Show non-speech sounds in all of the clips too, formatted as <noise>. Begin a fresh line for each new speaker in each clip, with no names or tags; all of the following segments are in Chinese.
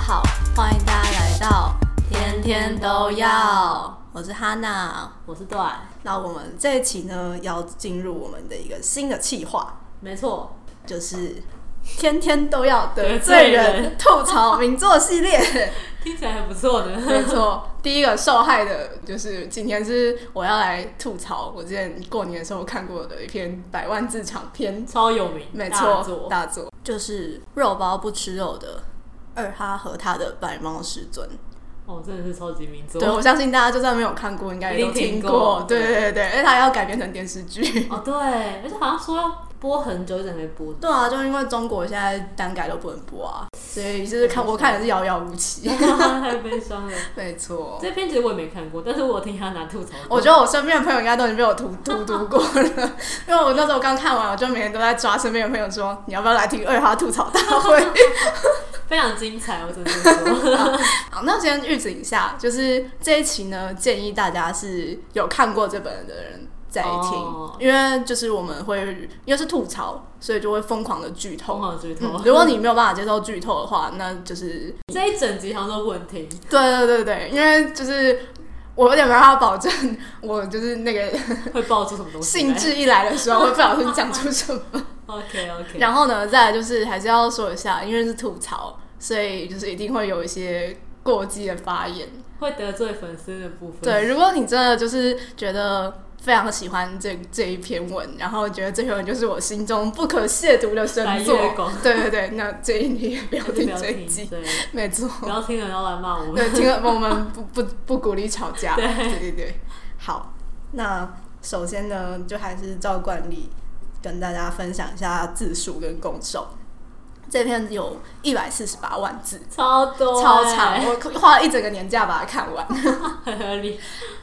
好，欢迎大家来到天天都要，我是哈娜。
我是段，
那我们这一期呢，要进入我们的一个新的企划，
没错，
就是天天都要得罪
得罪
人
人
吐槽名作系列。
听起来还不错的。
没错，第一个受害的就是今天是我要来吐槽我之前过年的时候看过的一篇百万字长篇，
<laughs> 超有名，
没
大
错，
作
大作就是肉包不吃肉的二哈和他的百猫师尊。
哦，真的是超级名作。
对，我相信大家就算没有看过，应该也都
一定
听
听过
过。对对对对，因为它要改编成电视剧。
哦，对，而且好像说要播很久一整没播，
<laughs>
<laughs>
对啊，就是因为中国现在单改都不能播啊，所以就是看我看也是遥遥无期。 <laughs>
太悲伤了。
没错，
这篇其实我也没看过，但是我听他拿吐槽过。
我觉得我身边的朋友应该都已经被我荼荼毒过了， <laughs> 因为我那时候刚看完，我就每天都在抓身边的朋友说，你要不要来听二哈吐槽大会？
非常精彩，我只能
<laughs>
说。
好，那先预警一下，就是这一期呢，建议大家是有看过这本的人再听，
哦
因为就是我们会因为是吐槽，所以就会疯狂的剧
疯
透。
狂剧透
嗯，，如果你没有办法接受剧透的话，那就是
这一整集好像都不能听。
对对对对，因为就是我有点没办法保证，我就是那个
会爆出什么东西
兴
来？
致一来的时候会不小心讲出什
<laughs>
么。
OK OK，
然后呢，再来就是还是要说一下，因为是吐槽，所以就是一定会有一些过激的发言。
会得罪粉丝的部分。，
对，如果你真的就是觉得非常喜欢这这一篇文，然后觉得这篇文就是我心中不可亵渎的神作
白月光，
对对对，那建议
<laughs>
你也不要
就不
听
要
这一
听，
集，
对，
没错。
不要听了要来骂我们。
对，听了我们不不不鼓励吵
<laughs>
架，对对对。好，那首先呢，就还是照惯例跟大家分享一下字数跟攻受。这篇有一百四十八万字，
超多、欸
超长，，我花了一整个年假把它看完。
<laughs> 很合理。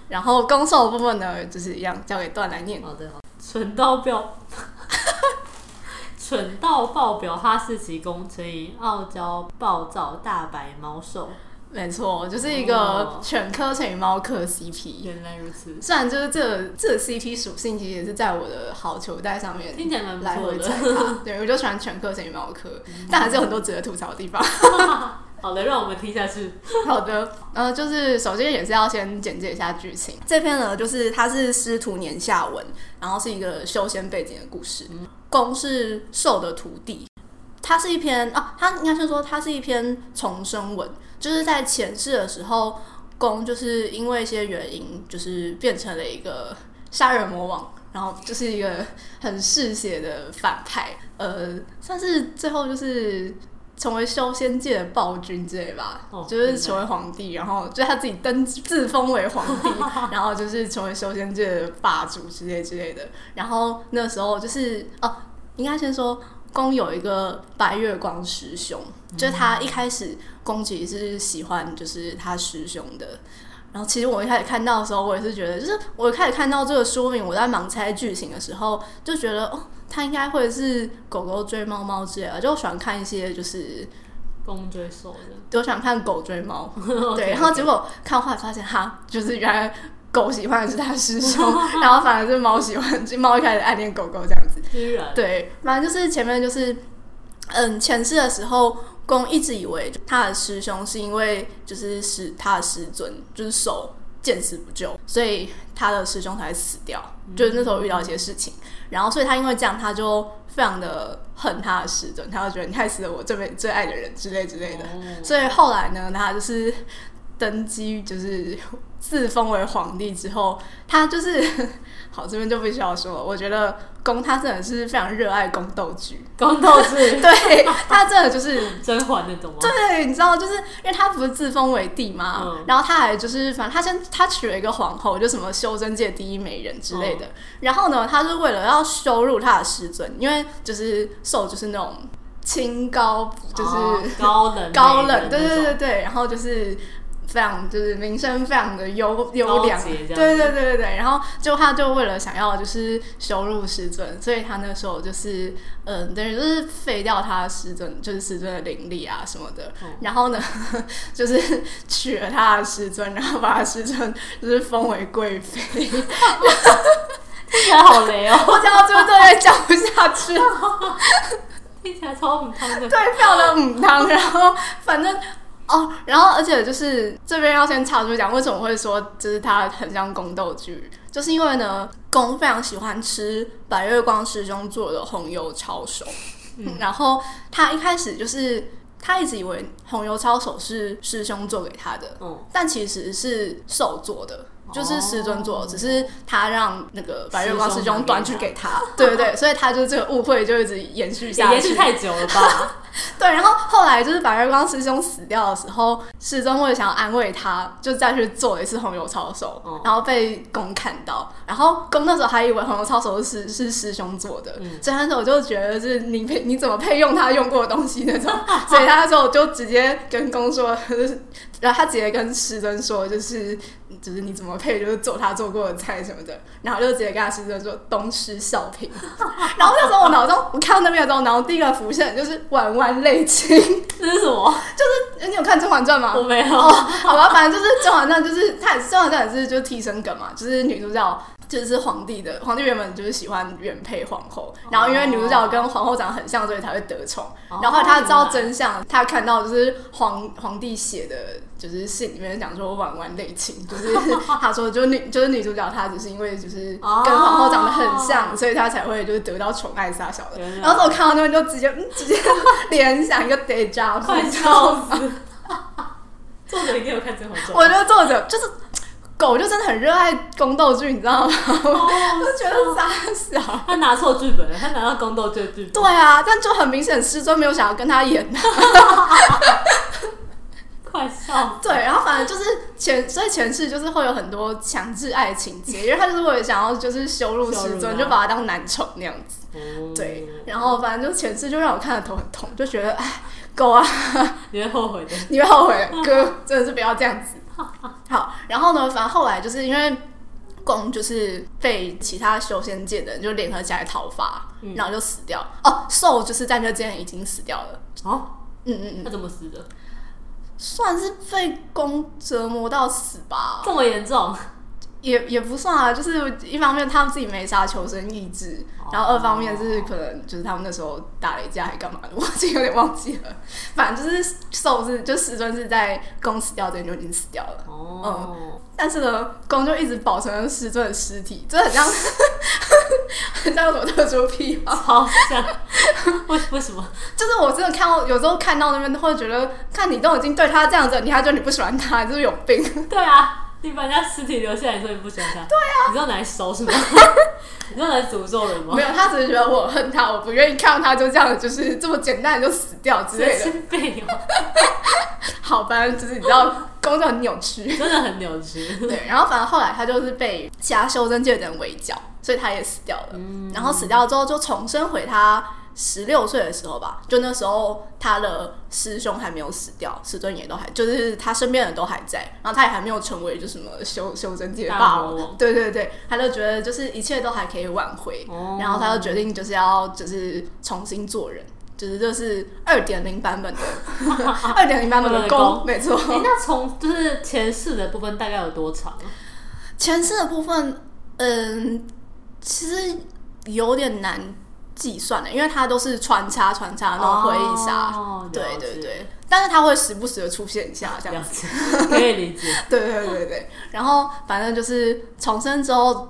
然后攻受的部分呢，就是一样交给段来念。
好的，好的蠢到爆， <laughs> 蠢到爆表哈士奇攻乘以傲娇暴躁大白猫兽，
没错，就是一个
哦
犬科乘以猫科 CP。
原来如此，
虽然就是这个这个 CP 属性其实也是在我的好球袋上面
听起来蛮
来
不错
回
的嗯
踩。它。
<laughs>
对，我就喜欢犬科乘以猫科，但还是有很多值得吐槽的地
<laughs>
方。
好的，让我们听下去。
好的，呃，就是首先也是要先简介一下剧情。这篇呢，就是它是师徒年下文，然后是一个修仙背景的故事。
嗯
公是受的徒弟，它是一篇啊，它应该是说它是一篇重生文，就是在前世的时候，公就是因为一些原因，就是变成了一个杀人魔王。然后就是一个很嗜血的反派，呃，算是最后就是成为修仙界的暴君之类吧，
哦
就是成为皇帝，然后就他自己登自封为皇帝，然后就是成为修仙界的霸主之类之类的。然后那时候就是哦，应该先说宫有一个白月光师兄，就是他一开始宫其实是喜欢就是他师兄的。然后其实我一开始看到的时候，我也是觉得，就是我一开始看到这个说明，我在盲猜剧情的时候，就觉得哦，他应该会是狗狗追猫猫之类的，就我喜欢看一些就是
公追兽的，
都想看狗追猫，对，然后结果看后来发现哈，就是原来狗喜欢的是他师兄，然后反而是猫喜欢，就猫一开始暗恋狗狗这样子，
居然
对，反正就是前面就是，嗯，前世的时候，公一直以为他的师兄是因为就是师他的师尊就是手见死不救，所以他的师兄才死掉，就是那时候遇到一些事情，然后所以他因为这样，他就非常的恨他的师尊，他就觉得你害死了我这辈子最爱的人之类之类的，
哦
所以后来呢，他就是登基，就是自封为皇帝之后，他就是 <laughs> 好，这边就必须要说了，我觉得宫他真的是非常热爱宫斗剧， <laughs>
宫斗是
对他真的就是
甄嬛那种吗？
对，你知道，就是因为他不是自封为帝嘛，
嗯
然后他还就是反正他先他娶了一个皇后，就什么修真界第一美人之类的。
嗯
然后呢，他是为了要羞辱他的师尊，因为就是受就是那种清高，就是、
哦高冷
高
美
冷，
人
对对
那
对
种
对，然后就是非常就是名声非常的优优
高
良，
洁这样子
对对对对对，然后就他就为了想要就是羞辱师尊，所以他那时候就是嗯，等于就是废掉他师尊，就是师尊的灵力啊什么的，
哦
然后呢 <laughs> 就是娶了他的师尊，然后把他师尊就是封为贵妃， <laughs>
听起来好雷哦，
我讲到最后真的讲不下去了。
听起来超母汤
<laughs>
的。
对，漂了母汤，然后反正。哦，然后而且就是这边要先插出去讲，为什么会说就是它很像宫斗剧，就是因为呢，宫非常喜欢吃白月光师兄做的红油抄手，
嗯
然后他一开始就是他一直以为红油抄手是师兄做给他的，
嗯，
但其实是兽做的，就是师尊做的，
哦
只是他让那个白月光师
师兄
兄端去给他，对对对，所以他就这个误会就一直延续
也
下
延续
去。
太久了吧？
<laughs> 对，然后后来就是白月光师兄死掉的时候，师尊为了想要安慰他，就再去做了一次红油抄手，
哦
然后被公看到，然后公那时候还以为红油抄手是是师兄做的，
嗯
所以那时候我就觉得是你配你怎么配用他用过的东西那
<laughs>
种，所以他那时候就直接跟公说，就是然后他直接跟师尊说，就是就是你怎么配就是做他做过的菜什么的，然后就直接跟他师尊说东施效颦。然后那时候我脑中我看到那边的时候，然后第一个浮现的就是婉婉泪青，
这是什么？
就是你有看《甄嬛传》吗？
我没有。
哦，好吧，反正就是《甄嬛传》，就是它也是《甄嬛传》也是就是替身梗嘛，就是女主角就是皇帝的，皇帝原本就是喜欢原配皇后，然后因为女主角跟皇后长得很像，所以才会得宠。
哦
然后他知道真相，他看到就是皇皇帝写的，就是信里面讲说婉婉泪情，就是
<laughs>
他说就是女就是女主角她只是因为就是
哦
跟皇后长得很像，所以她才会就是得到宠爱撒小的
原。来
然后我看到那边就直接嗯
<laughs>
直接联想一个 day job，
快笑死！ <laughs> 作者一定有看《甄嬛传》，
我觉得作者就是狗，就真的很热爱宫斗剧，你知道吗？
哦
我就觉得傻小。
他拿错剧本了，他拿到宫斗剧的剧本。
对啊，但就很明显，师尊没有想要跟他演啊。
快笑死！
对，然后反正就是前，所以前世就是会有很多强制爱情节，因为他就是为了想要就是羞辱师
羞辱
尊，
他
就把他当男宠那样子。
嗯
对，然后反正就前世就让我看的头很痛，就觉得哎，狗啊，
你会后悔的。
你会后悔，哥，真的是不要这
<laughs>
样子。好，然后呢，反正后来就是因为公就是被其他修仙界的人就联合起来讨伐，
嗯
然后就死掉。哦，兽就是在那之前已经死掉了。
哦，
嗯嗯嗯，
他怎么死的？
算是被公折磨到死吧，
这么严重？
也也不算啊。就是一方面他们自己没啥求生意志，然后二方面是可能就是他们那时候打了一架还干嘛的， <laughs> 我已经有点忘记了。反正就是兽是就师尊是在公死掉之前就已经死掉了。
哦，
但是呢，公就一直保存师尊的尸体，这很像，很像有什么特殊癖好。
好像为为什么？
就是我真的看到，有时候看到那边会觉得，看你都已经对他这样子，你还觉得你不喜欢他，就是有病。
<laughs> 对啊，你把人家尸体留下来，你说你不喜欢他？对啊，你知道拿来收 <laughs> 是吗？你知道拿来诅咒人吗
没？有，他只是觉得我恨他，我不愿意看到他就这样，就是这么简单地就死掉之类的。
神经病哦，
好，反正就是你知道，公就很扭曲。
真的很扭 <laughs> 曲。
对，然后反正后来他就是被其他修真界的人围剿，所以他也死掉了。然后死掉之后就重生回他十六岁的时候吧，就那时候他的师兄还没有死掉，师尊也都还，就是他身边的人都还在，然后他也还没有成为就什么修修真界的
大
霸
魔
王
王。
对对对，他就觉得就是一切都还可以挽回，
哦
然后他就决定就是要就是重新做人。就是这是二点零版本的二点零版本的
功
功，没错。
哎、那从就是前世的部分大概有多长啊？
前世的部分，嗯，其实有点难计算的，因为它都是穿插穿啊插那种回忆杀，
哦
对
了解
对对，但是它会时不时的出现一下这
了
样子，
解， <laughs> 可以理解。
<laughs> 对对对对，然后反正就是重生之后，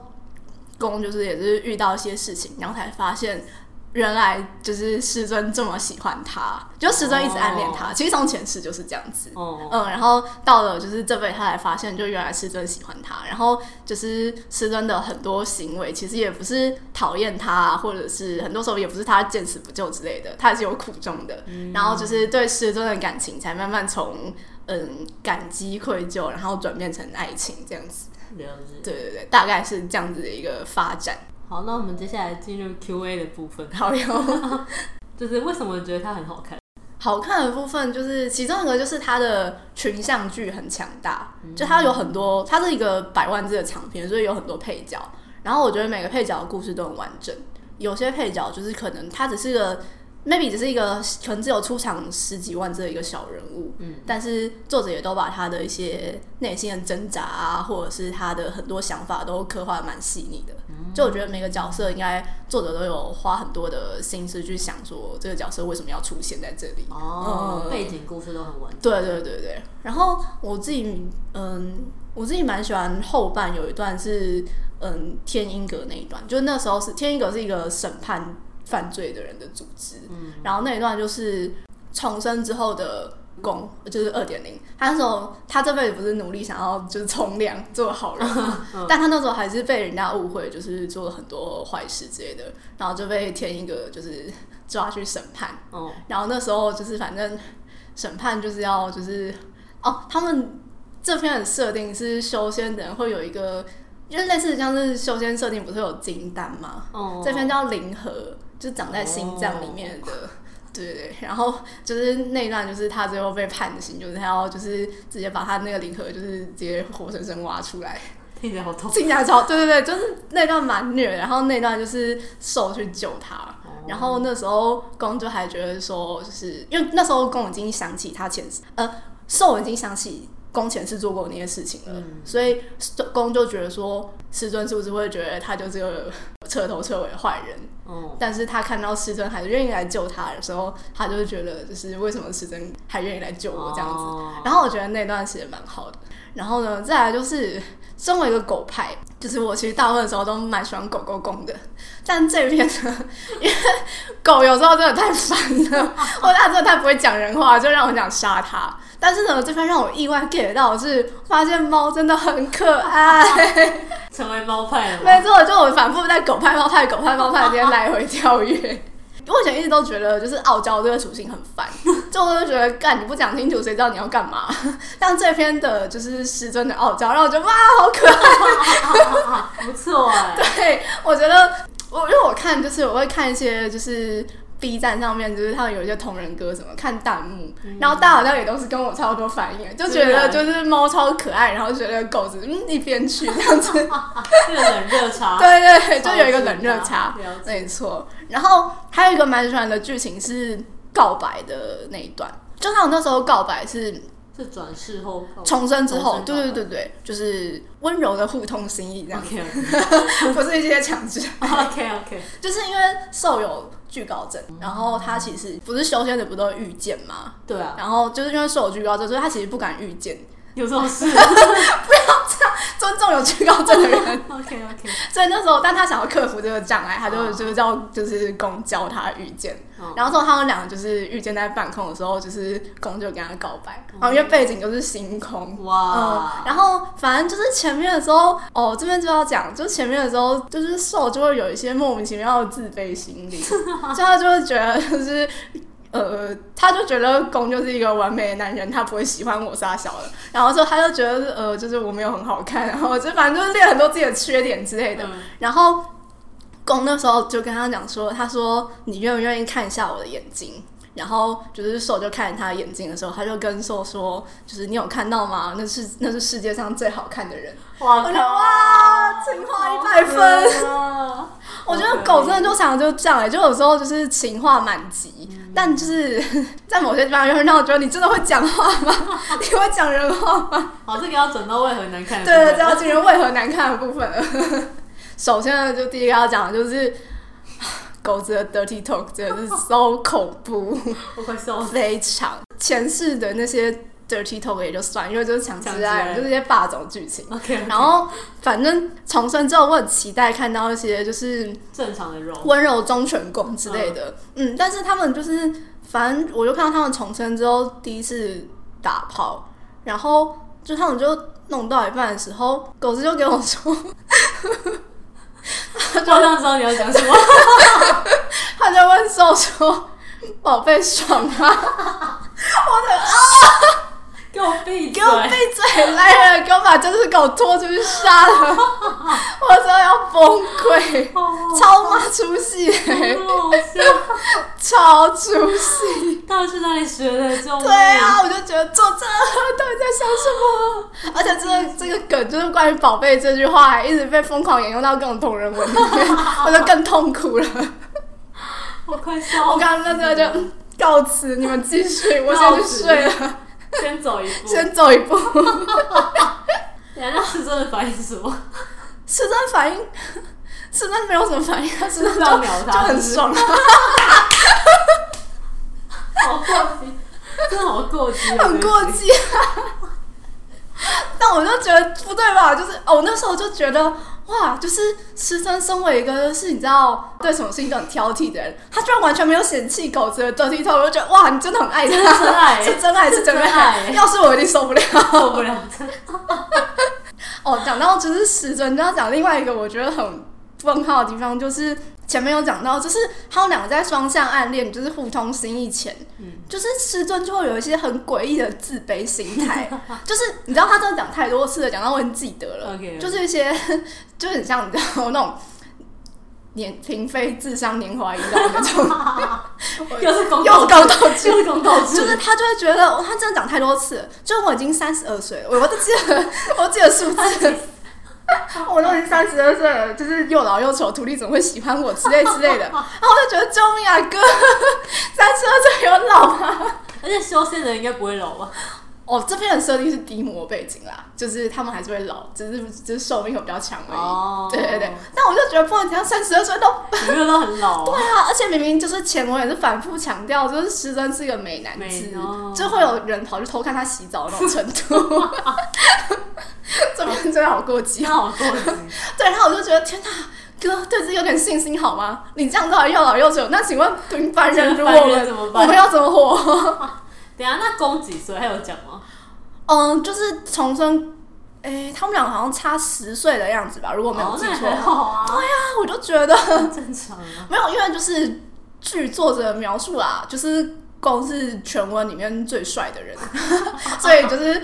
公就是也是遇到一些事情，然后才发现。原来就是师尊这么喜欢他，就师尊一直暗恋他。其实从前世就是这样子，
哦，
嗯，然后到了就是这辈，他才发现，就原来师尊喜欢他。然后就是师尊的很多行为，其实也不是讨厌他，或者是很多时候也不是他见死不救之类的，他也是有苦衷的。然后就是对师尊的感情，才慢慢从嗯感激愧疚，然后转变成爱情这样子。
了解。
对对对，大概是这样子的一个发展。
好，那我们接下来进入 Q&A 的部分，
好有
就是为什么觉得它很好看？
好看的部分，就是其中一个就是它的群像剧很强大，就它有很多，它是一个百万字的长篇，所以有很多配角。然后我觉得每个配角的故事都很完整，有些配角就是可能他只是个 maybe 只是一个可能只有出场十几万这一个小人物，
嗯，
但是作者也都把他的一些内心的挣扎啊，或者是他的很多想法都刻画的蛮细腻的。就我觉得每个角色应该作者都有花很多的心思去想，说这个角色为什么要出现在这里。
哦，
嗯
背景故事都很完整。
对对对对，然后我自己嗯，我自己蛮喜欢后半有一段是嗯天音阁那一段，就是那时候是天音阁是一个审判犯罪的人的组织，
嗯，
然后那一段就是重生之后的。宫就是二点零，他那时候他这辈子不是努力想要就是从良做好人嘛， <laughs> 但他那时候还是被人家误会，就是做了很多坏事之类的，然后就被天音阁就是抓去审判，
哦，
然后那时候就是反正审判就是要就是哦，他们这篇的设定是修仙的人会有一个，就是类似像是修仙设定不是有金丹吗？
哦，
这篇叫灵核，就长在心脏里面的。对对对，然后就是那一段，就是他最后被判刑，就是他要就是直接把他那个灵核，就是直接活生生挖出来，
听起来好痛。
进来超对对对，就是那段蛮虐，然后那段就是兽去救他，然后那时候公就还觉得说，就是因为那时候公已经想起他前世，呃，兽已经想起公前世做过那些事情了，所以公就觉得说，师尊是不是会觉得他就是个彻头彻尾的坏人？
哦，
但是他看到师尊还愿意来救他的时候，他就觉得就是为什么师尊还愿意来救我这样子？
哦
然后我觉得那段写的蛮好的。然后呢，再来就是身为一个狗派，就是我其实大部分的时候都蛮喜欢狗狗公的，但这篇呢，因为狗有时候真的太烦了，或者它真的太不会讲人话，就让我想杀它。但是呢，这篇让我意外 get 到的是，发现猫真的很可爱。
成为猫派了吗。
没错，就我反复在狗派猫派狗派猫派之间来回跳跃。 <laughs> 我以前一直都觉得，就是傲娇这个属性很 <laughs> 烦，就我就觉得，干你不讲清楚，谁知道你要干嘛？ <laughs> 但这篇的就是失真的傲娇，让我觉得哇，好可爱。
不错哎、
对，我觉得我因为我看就是我会看一些就是 B 站上面就是他们有一些同人歌什么看弹幕，然后大家好像也都是跟我差不多反应，就觉得就是猫超可爱，然后觉得狗子嗯一边去这样子。
这个冷热
啊
茶。
对对，就有一个冷热
超
茶
级大了解，
没错。然后还有一个蛮喜欢的剧情是告白的那一段，就他们那时候告白是
是转世后后
重生之后，
重
对对
生
对对，就是温柔的互通心意这样，<laughs>
OK
不是一些强制，
<laughs> OK OK，
<laughs> 就是因为受有惧高症，然后他其实不是修仙者不都会遇见吗？
对啊，
然后就是因为受有惧高症，所以他其实不敢遇见
有这
<laughs>
种事。
尊重有惧高症的人。
OK OK，
<laughs> 所以那时候，但他想要克服这个障碍，他就就是叫就是公教他遇见，
哦
然后之后他们两个就是遇见在半空的时候，就是公就跟他告白，然后因为背景就是星空。嗯
哇，，
然后反正就是前面的时候，哦，这边就要讲，就前面的时候，就是受就会有一些莫名其妙的自卑心理，所以他就会觉得就是，呃，他就觉得公就是一个完美的男人，他不会喜欢我傻小的，然后之后他就觉得呃，就是我没有很好看，然后就反正就是列很多自己的缺点之类的，
嗯
然后公那时候就跟他讲说，他说你愿不愿意看一下我的眼睛？然后就是兽就看着他的眼睛的时候，他就跟兽说，就是你有看到吗？那是那是世界上最好看的人。
哇
我觉得
靠，
哇，情话一百分。
分。
我觉得狗真的就常常就这样、欸，就有时候就是情话满级，但就是在某些地方就会让我觉得你真的会讲话吗？你会讲人话吗？
好，这个要转到为何难看的部分。
对，这要进入为何难看的部分了。首先呢，就第一个要讲的就是啊狗子的 dirty talk 真的是 so 恐怖，
我快笑死。
哦非常前世的那些 dirty talk 也就算，因为就是强
强
制
制啊
爱
爱
人，就是一些霸总剧情。
OK，
然后，反正重生之后，我很期待看到一些就是
正常的肉。
温柔忠犬公之类的，嗯但是他们就是，反正我就看到他们重生之后第一次打炮，然后就他们就弄到一半的时候，狗子就给我说， <laughs>
我好像知道你要讲什么。 <laughs>
他就问兽说：“宝贝爽吗？
给我闭
给
嘴！
我闭嘴！来了，给我把这只狗拖出去杀了！”我真的要崩溃，
哦
超妈出戏、欸，
好好笑，
超出戏。
到底去哪里学的？救命！
对啊，我就觉得作者到底在想什么？而且这个这个梗就是关于“宝贝”这句话，还一直被疯狂沿用到各种同人文里面，我就更痛苦了。
我快笑死，
我刚刚那个就嗯告辞，你们继续，我先去睡了，
先走一
<laughs>
步。
先走一步。
难道是真的反应是什么？
吃真反应，吃真没有什么反应，他吃真
是
就
要秒
就
他
很
是不是
爽，
好过激，真的好过激，
很过。激。 <laughs> 但我就觉得不对吧，就是哦，我那时候就觉得哇，就是师真身为一个就是你知道对什么事情都很挑剔的人，他居然完全没有嫌弃狗子的得体头，我就觉得哇，你真的很爱他，
真
<laughs>
爱
是真爱，是真
真爱
爱。要是我一定受不了。
受不了，真的
哦，讲到就是时针，你知道讲另外一个我觉得很问号的地方，就是前面有讲到，就是他们两个在双向暗恋，就是互通心意前，
嗯
就是师尊就会有一些很诡异的自卑心
<laughs>
态，就是你知道他真的讲太多次了，讲到我很记得了
OK，OK
就是一些 <laughs> 就很像你知道那种年嫔妃智商年华一道那种，
又是公
又是
道，
高道具
又。是公道
<laughs> 就是
制，
他就会觉得，哦他真的讲太多次了，就我已经三十二岁了，我我都记得，我记得数字，我都已经三十二岁了，就是又老又丑，徒弟怎么会喜欢我之类之类的。然后我就觉得，救命啊哥， <laughs> 三十二岁有老吗？
而且修仙人应该不会老吧？
哦，这边的设定是低魔背景啦，就是他们还是会老，只是只是寿命会比较强而已。
哦
对对对，但我就觉得，不然你要三十二岁都
有没有都很老
对
啊？
啊， <laughs> 而且明明就是前文也是反复强调，就是师尊是一个美男子
美哦，
就会有人跑去偷看他洗澡的那种程度。
<laughs>
这边真的好过激
那
哦！
好过激，
对，然后我就觉得天哪，哥对自己有点信心好吗？你这样子还又老又久，那请问平凡人如果我
平凡人
们
怎么办
我们要怎么活？
等一下那公几岁？还有讲吗？
嗯，就是重生，哎、他们两个好像差十岁的样子吧，如果没有
哦，
记
那
错。
还好啊，
啊，我就觉得
很正常啊。
没有，因为就是据作者描述啦，就是公是全文里面最帅的
<laughs>
人，所以就是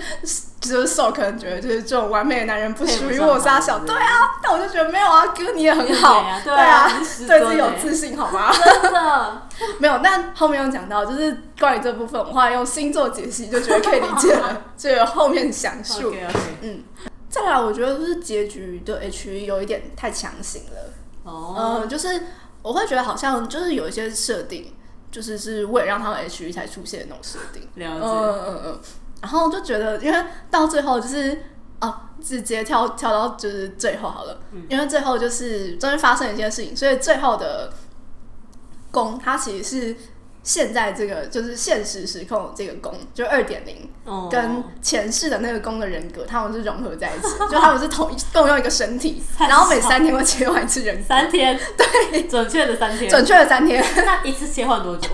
就是受可能觉得就是这种完美的男人不属于我傻小，
配不上他
对啊，但我就觉得没有啊，哥你也很好，
你很美啊
对
对
啊
啊，
对
你
自
是
己有
真的
自信好吗？ <laughs>
真的，
没有，但后面有讲到，就是关于这部分，我后来用星座解析就觉得可以理解
<laughs>
了，就有后面详述。
OK OK，
再来，我觉得就是结局对 H E 有一点太强行了。
哦，
嗯，就是我会觉得好像就是有一些设定，就是是为了让他们 H E 才出现的那种设定。嗯
了
嗯嗯嗯。然后就觉得，因为到最后就是哦，直接跳跳到就是最后好了，
嗯
因为最后就是中间发生了一些事情，所以最后的宫它其实是现在这个就是现实时空的这个宫，就二点零。
解，哦
跟前世的那个宫的人格，他们是融合在一起，就他们是同一共用一个身体，然后每三天会切换一次人格。
三天，对，准确的三天，
准确的三天。
那一次切换
<laughs>
多久？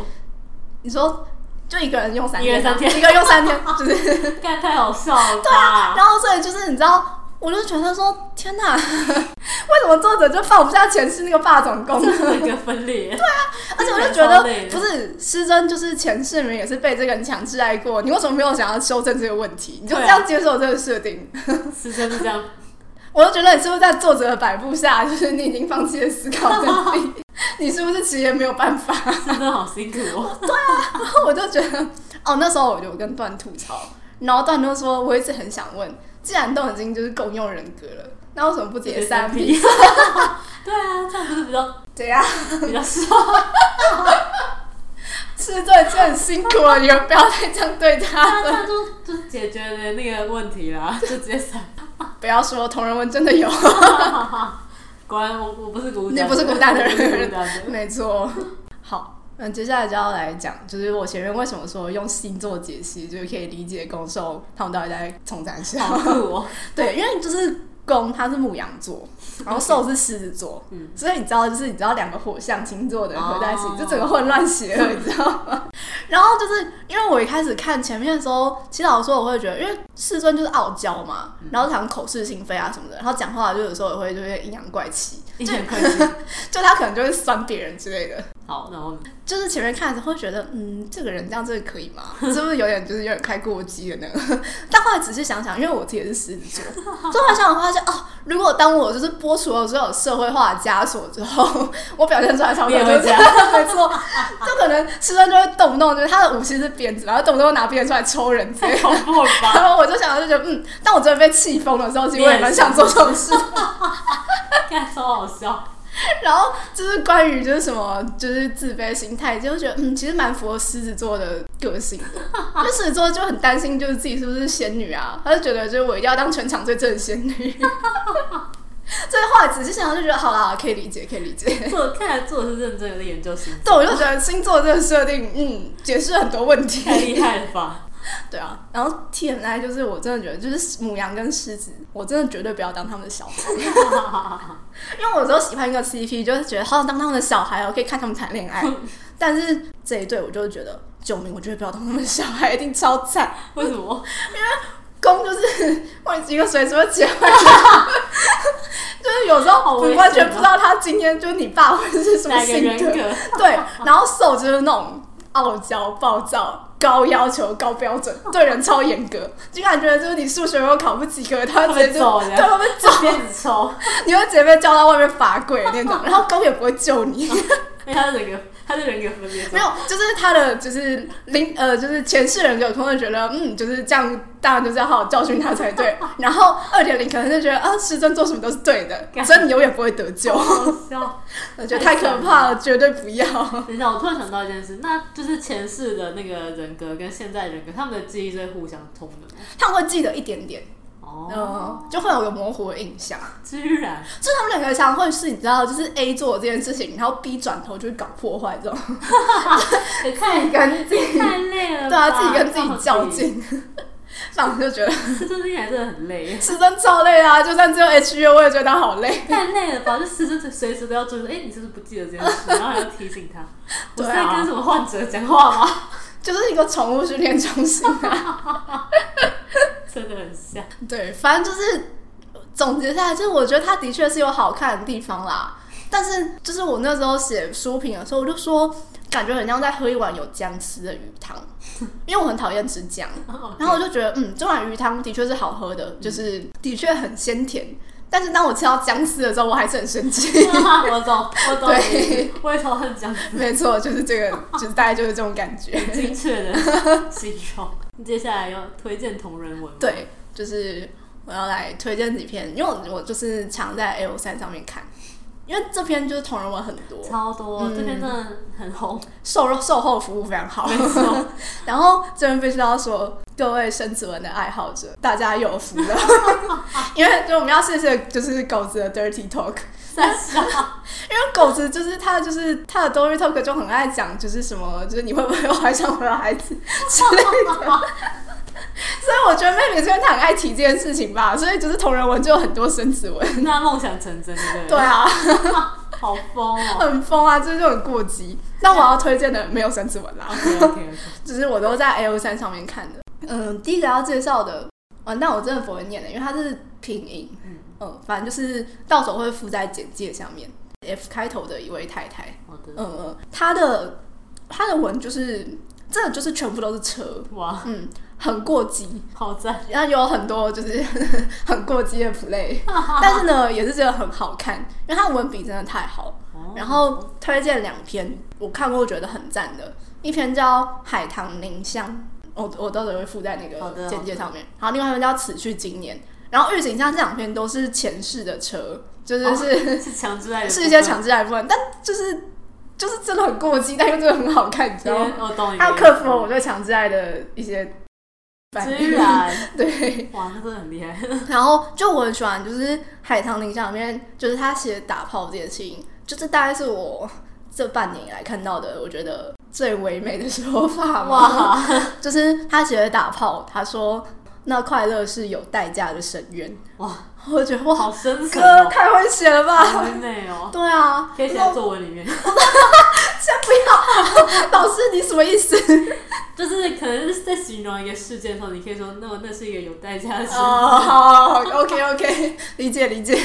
你说就一个人用三天，
一个人三天
一个人用
<laughs>
三天，就是。
干太好笑了吧？
然后所以就是你知道，我就觉得说，天哪，为 <laughs> 什么作者就放不下前世那个霸总功？
这是一个分裂，对啊，
<laughs> 而且我就觉得，不
是
是师尊，就是前世明也是被这个人强制爱过，你为什么没有想要修正这个问题？你就
对啊
这样接受这个设定，
是真的这样，
我就觉得你是不是在作者的摆布下，就是你已经放弃了思考能
<laughs>
力，你是不是其实也没有办法？
是真的好辛苦哦。
我就觉得，哦，那时候我就跟段吐槽，然后段就说，我一直很想问，既然都已经就是共用人格了，那为什么不直接三 P？
<laughs>
啊
对啊，这样不是比较
怎样？
比较爽？
是对，这很辛苦了，你们不要再这样对
对
他
啊，
<laughs>
这
了。
样就就是解决了那个问题啦，就直接删。
不要说同人文真的有，
果然我我不是孤单的，
你不是孤单的人
我不是孤单的。
没错。好，那接下来就要来讲，就是我前面为什么说用星座解析，就是可以理解攻受他们到底在冲战什
好
么。
酷哦！
对，因为就是公它是牧羊座，然后兽是狮子座，
嗯
所以你知道，就是你知道两个火象星座的人合在一起，
哦
就整个混乱邪了，你知道吗？ <laughs> 然后就是因为我一开始看前面的时候，其实老实说我会觉得，因为世尊就是傲娇嘛，
嗯
然后常口是心非啊什么的，然后讲话就有时候也会就有点阴阳怪气，
一
就
点快乐。
就他可能就会酸别人之类的。
好，然后
就是前面看的时候会觉得，嗯，这个人这样真的可以吗？ <laughs> 是不是有点就是有点开过激了呢？ <laughs> 但后来仔细想想，因为我自己也是狮子座，所以后来想想发现，哦，如果当我就是剥除了所有社会化的枷锁之后， <laughs> 我表现出来差不多就是这样， <laughs> 没错，就可能狮子就会动不动就是他的武器是鞭子，然后动不动拿鞭子出来抽人之类
太
的。 <laughs>
恐怖了吧？
然后我就想，就觉得，嗯，当我真的被气疯的时候，其实我也蛮想做这种事的。
看超好笑，
然后就是关于就是什么就是自卑心态，就觉得嗯，其实蛮符合狮子座的个性的。因为狮子座就很担心，就是自己是不是仙女啊？他就觉得就是我一定要当全场最正的仙女。这话仔细想想就觉得好啦，可以理解，可以理解。
做看来做的是认真有在研究星座，
对，我就觉得星座这个设定，嗯，解释了很多问题。
太厉害了吧？ <laughs>
对啊，然后 TMI 就是我真的觉得，就是母羊跟狮子，我真的绝对不要当他们的小孩，因为我有时候喜欢一个 CP，就是觉得好想当他们的小孩哦，可以看他们谈恋爱。
嗯
但是这一对，我就觉得救命，我绝对不要当他们的小孩，一定超惨。
为什么？
公就是万一个随时会
<laughs>
结婚，就是有时
好
候
危
你
险哦
完啊全不知道他今天就是你爸会是什么
哪个
性
人
格，
格？
对，然后瘦就是那种傲娇、暴躁、高要求、高标准，对人超严
<laughs>
格，就感觉就是你数学如果考不及格，他会直接就
会被揍的
对会被揍，
鞭子抽，
<laughs> 你会直接被叫到外面罚跪那 <laughs> 种，然后公也不会救 <laughs> 你，
因哎为他是人格，他是人格分裂症
没。有，就是他的就是零呃就是前世人格可能会觉得嗯就是这样，当然就是要好好教训他才 <laughs> 对，然后二点零可能就觉得啊师尊做什么都是对 <laughs> 的，
干
所以你永远不会得 <laughs> 救，
好笑！
我觉得太可怕了，绝对不要。
等一下，我突然想到一件事，那就是前世的那个人格跟现在人格，他们的记忆是会互相通的吗。
<laughs> 他们会记得一点点，
哦，
嗯，就会有个模糊的印象。
居然
就他们两个常常会是，你知道，就是 A 做这件事情，然后 B 转头就去搞破坏这种，
也太
跟自己
太累
<laughs>
了吧，
对啊，自己跟自己
到底
较，劲， <laughs> 反正就觉得
这真听起来真的
<laughs>
很累，
师尊超累啊，就算只有 H 月，我也觉得他好累。
太累了吧？就时时随时都要追说，哎、你是不是不记得这件事？然后还要提醒
<laughs>
他，我
对
是在
啊
跟什么患者讲话吗？
就是一个宠物训练中心啊，
真的很像，
对，反正就是总结下来，就是我觉得它的确是有好看的地方啦。但是就是我那时候写书评的时候，我就说感觉很像在喝一碗有姜丝的鱼汤，因为我很讨厌吃姜。然后我就觉得，嗯，这碗鱼汤的确是好喝的，就是的确很鲜甜。但是当我吃到姜丝的时候，我还是很生
<laughs>
气。
啊我懂，我懂你的意思，我也超恨讲
没错，就是这个，就是大概就是这种感觉。
精确的形容。接下来要推荐同人文吗，
对，就是我要来推荐几篇，因为我我就是常在 L 三上面看，因为这篇就是同人文很多，
超多，这篇真的很
<laughs>
红，
售售后服务非常好。
没错，
<laughs> 然后这边必须要说，各位生子文的爱好者，大家有福了， <laughs> 因为就我们要谢谢就是狗子的 Dirty Talk。
三傻。
因为狗子就是他，就是他的 Dory Talk 就很爱讲，就是什么，就是你会不会怀上我的孩子之类的。 <laughs> 所以我觉得妹妹这边她很爱提这件事情吧，所以就是同人文就有很多生子文。
那梦想成真，对不
对啊，
好疯哦。
<laughs> 很疯啊，这就很过激。那我要推荐的没有生子文啦，
OK OK，
只是我都在 A O 三上面看的。嗯，第一个要介绍的，啊，那我真的不会念的，因为它是拼音。
嗯
嗯，反正就是到时候会附在简介上面。F 开头的一位太太，
好的。
嗯嗯，他的他的文就是真的就是全部都是车，
哇，
嗯，很过激，
好赞！
然后有很多就是 <laughs> 很过激的 play，但是呢也是真的很好看，因为他文笔真的太好。
哦
然后推荐两篇我看过觉得很赞的，一篇叫《海棠凝香》，我我到时候会附在那
好的
个简介上面。然后另外一篇叫《此去经年》，然后预警上这两篇都是前世的车，
哦
就是是、
是嗯强制爱的部
是
分，
一些强制来部分，但就是就是真的很过激，但又真的很好看，你知
因
道
为
吗？
我哦懂你的意思。
还有哦克服了我对强制爱的一些反应。
居
<laughs>
然， <laughs>
对，
哇，那真的很厉害。
然后就我很喜欢，就是《海棠凝香》里面，就是他写打炮这件事情，就是大概是我这半年以来看到的，我觉得最唯美的说法嘛。
哇，
<laughs> 就是他写的打炮，他说那快乐是有代价的深渊。
哇，
我觉得哇，
好深沉
哥
哦，
太会写了吧？
好美哦，
对啊，
可以写在作文里面。
老师你什么意思？
就是可能是在形容一个事件的时候，你可以说那那是一个有代价的
<laughs>
事。
哦，好，OK OK，理 <laughs> 解理解。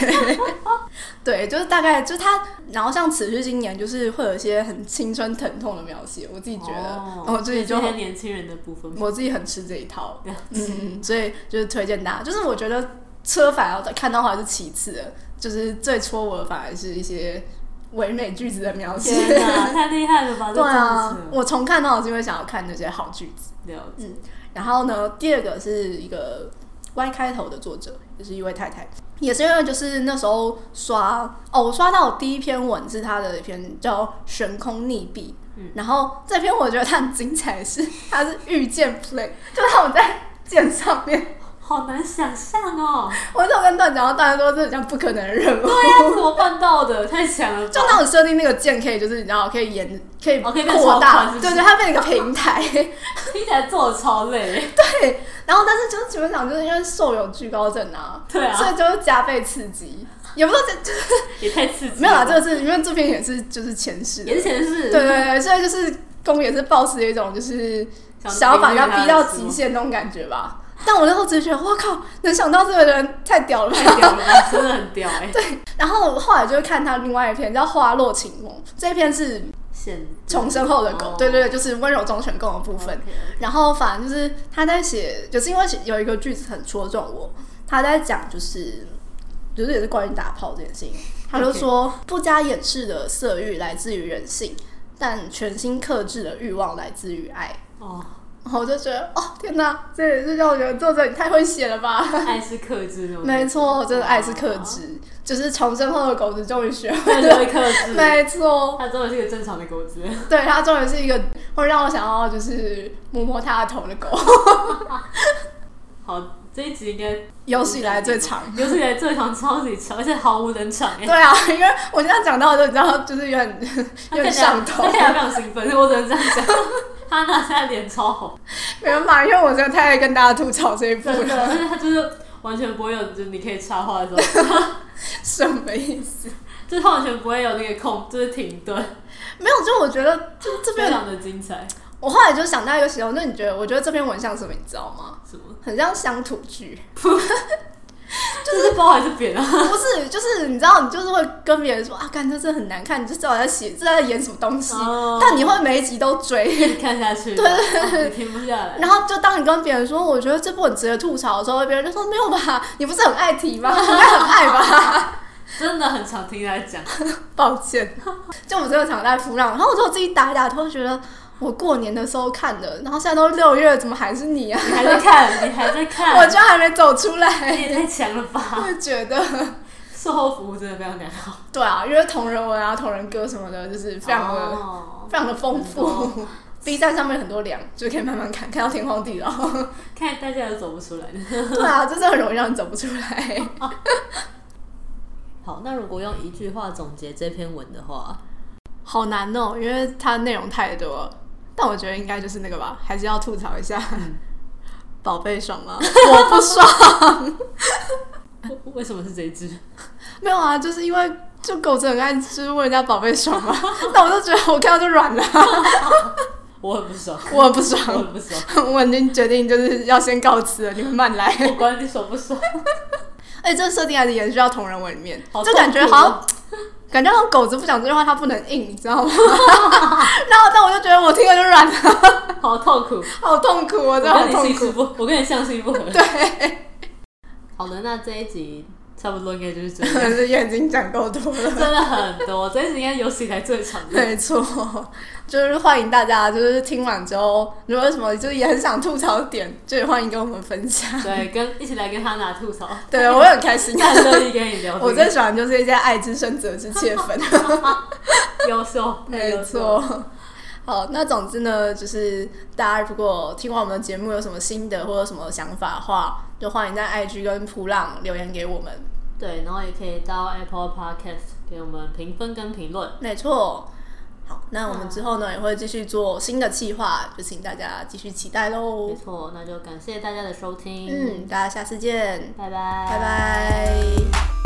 对，就是大概就是他，然后像此去经年，就是会有一些很青春疼痛的描写，我自己觉得，
哦
然后我自己就
这些年轻人的部分。
我自己很吃这一套，
了
<laughs> 嗯，所以就是推荐大家，就是我觉得车反而看到的话是其次的，就是最戳我的反而是一些唯美句子的描
天
写。 <laughs>
哪，太厉害了吧！
对啊
这，真的
我重看到我是因为想要看那些好句子。
是了解
然后呢，第二个是一个 Y 开头的作者，就是一位太太，也是因为就是那时候刷哦，我刷到第一篇文是他的一篇叫《悬空逆壁》，
嗯
然后这篇我觉得它很精彩的是，它是遇见 play，就是他们在剑上面，
好难想象
<laughs>
哦！
我那时候跟段讲，然后大家说这很像不可能的任务，
<laughs> 对呀、怎么办到的？太强了吧！
就那种设定那个剑可以就是你知道可以延可以
哦可以变
扩
超宽
大，
是不是
对对，它变成一个平台，
听起来做的超累，
对，然后但是就是基本上就是因为受有惧高症啊，
对啊
所以就是加倍刺激，也不是这就是
也太刺激了。
没有啦，这个是因为这篇也是就是前世的，
眼前是，
对对对，所以就是公也是抱持一种就是
想
想要把人家逼到
逼
极
他
限那种感觉吧。但我那时候只是觉得，我靠，能想到这个人太屌
<laughs>
了吧。
太屌了吧，真的很屌
<laughs>
哎、对，
然后后来就看他另外一篇叫《花落情梦》，这篇是
现
重生后的狗，
哦
对对对，就是温柔忠犬共的部分。然后反正就是他在写，就是因为有一个句子很戳中我，他在讲就是就是也是关于打炮这件事情，他就说不加掩饰的色欲来自于人性，但全心克制的欲望来自于爱。
哦，
然后我就觉得，哦天哪，这也是让我觉得作者你太会写了吧？
爱是克制那
<laughs>
种，
没错，真的爱是克，制，就是重生后的狗子终于学会，
对，就会克制。
<laughs> 没错。
他真的是一个正常的狗子，
对，它终于是一个会让我想要就是摸摸它的头的狗， <laughs>
好，这一集应该
有史以来最长。
有史以来最长，超级长，而且毫无冷场
<laughs>
哎、
对啊，因为我现在讲到就你知道，就是有点
他
有
看
点
起来
上头
他看，起来非常兴奋，所以我只能这样讲。 <laughs> 他那现在脸超红，
没办法，因为我真的太爱跟大家吐槽这一部
真
了，
的，但是他就是完全不会有，就是你可以插话的时候，
<laughs> 什么意思？
就是他完全不会有那个空，就是停顿，
没有，就我觉得就这
非
边，
常的精彩。
我后来就想到一个形容，那你觉得？我觉得这篇文像什么？你知道吗？
什么？
很像乡土剧，
这是包还是扁
<laughs>
啊？
不是，就是你知道，你就是会跟别人说啊，看这真的很难看，你就知道我在写这在演什么东西，
哦
但你会每一集都追。
一直看下去，对，你停不下来。
然后就当你跟别人说，我觉得这部很值得吐槽的时候，别人就说没有吧，你不是很爱提吗？你应该很爱吧？
真的很常听他讲，
抱歉， <laughs> 就我真的常在扑浪，然后我就自己打一打，突然觉得我过年的时候看的，然后现在都六月，怎么还是你啊？ <laughs>
你还在看，你还在看，
我居然还没走出
你
来， <laughs>
也太强了吧！
会觉得
售后服务真的非常良好，
对啊，因为同人文啊、同人歌什么的，就是非常的、
哦
非常的丰
很
富。B 站上面很多粮，就可以慢慢看，看到天荒地老。 <laughs>
看来大家都走不出来。
对啊，就是很容易让你走不出来。
好，那如果用一句话总结这篇文的话，
好难哦，因为它内容太多了。但我觉得应该就是那个吧，还是要吐槽一下。宝贝爽吗？我不爽。
为什么是这一句？
没有啊，就是因为就狗子很爱，就是问人家宝贝爽嘛。 <laughs> 那我就觉得我看到就软了， <laughs>
我很不爽，
我很不
我
爽，
很不爽，
我已经决定就是要先告辞了，你们 <laughs> 慢来。
我管你爽不爽。
而且哎这个设定还是延续到同人文里面，
好
就感觉
痛苦哦
好啊像。感觉好像狗子不讲这句话，它不能硬，你知 <laughs> 道吗？然后，但我就觉得我听了就软了，
好痛苦，
好痛苦，我
我
真的好
跟你
痛
性
苦
质。不，我跟你相性不合。好的，那这一集差不多应该就是这样，
可能是眼睛讲够多了。 <laughs>
真的很多，这一集应该有史以来最长的。
没错，就是欢迎大家，就是听完之后，如果有什么就是也很想吐槽的点，就也欢迎跟我们分享。
对，跟一起来跟他拿吐槽，
<laughs> 对我也很开心，
他很乐意跟你聊这个。
我最喜欢就是一些爱之深责之切粉。
<laughs> 优秀，太
<laughs> 没
优秀
错。。好，那总之呢，就是大家如果听完我们的节目有什么心得或者什么想法的话，就欢迎在 IG 跟普浪留言给我们。
对，然后也可以到 Apple Podcast 给我们评分跟评论。
没错。好，那我们之后呢也会继续做新的计划，就请大家继续期待喽
没。错，那就感谢大家的收听，
嗯，大家下次见，
拜拜，
拜拜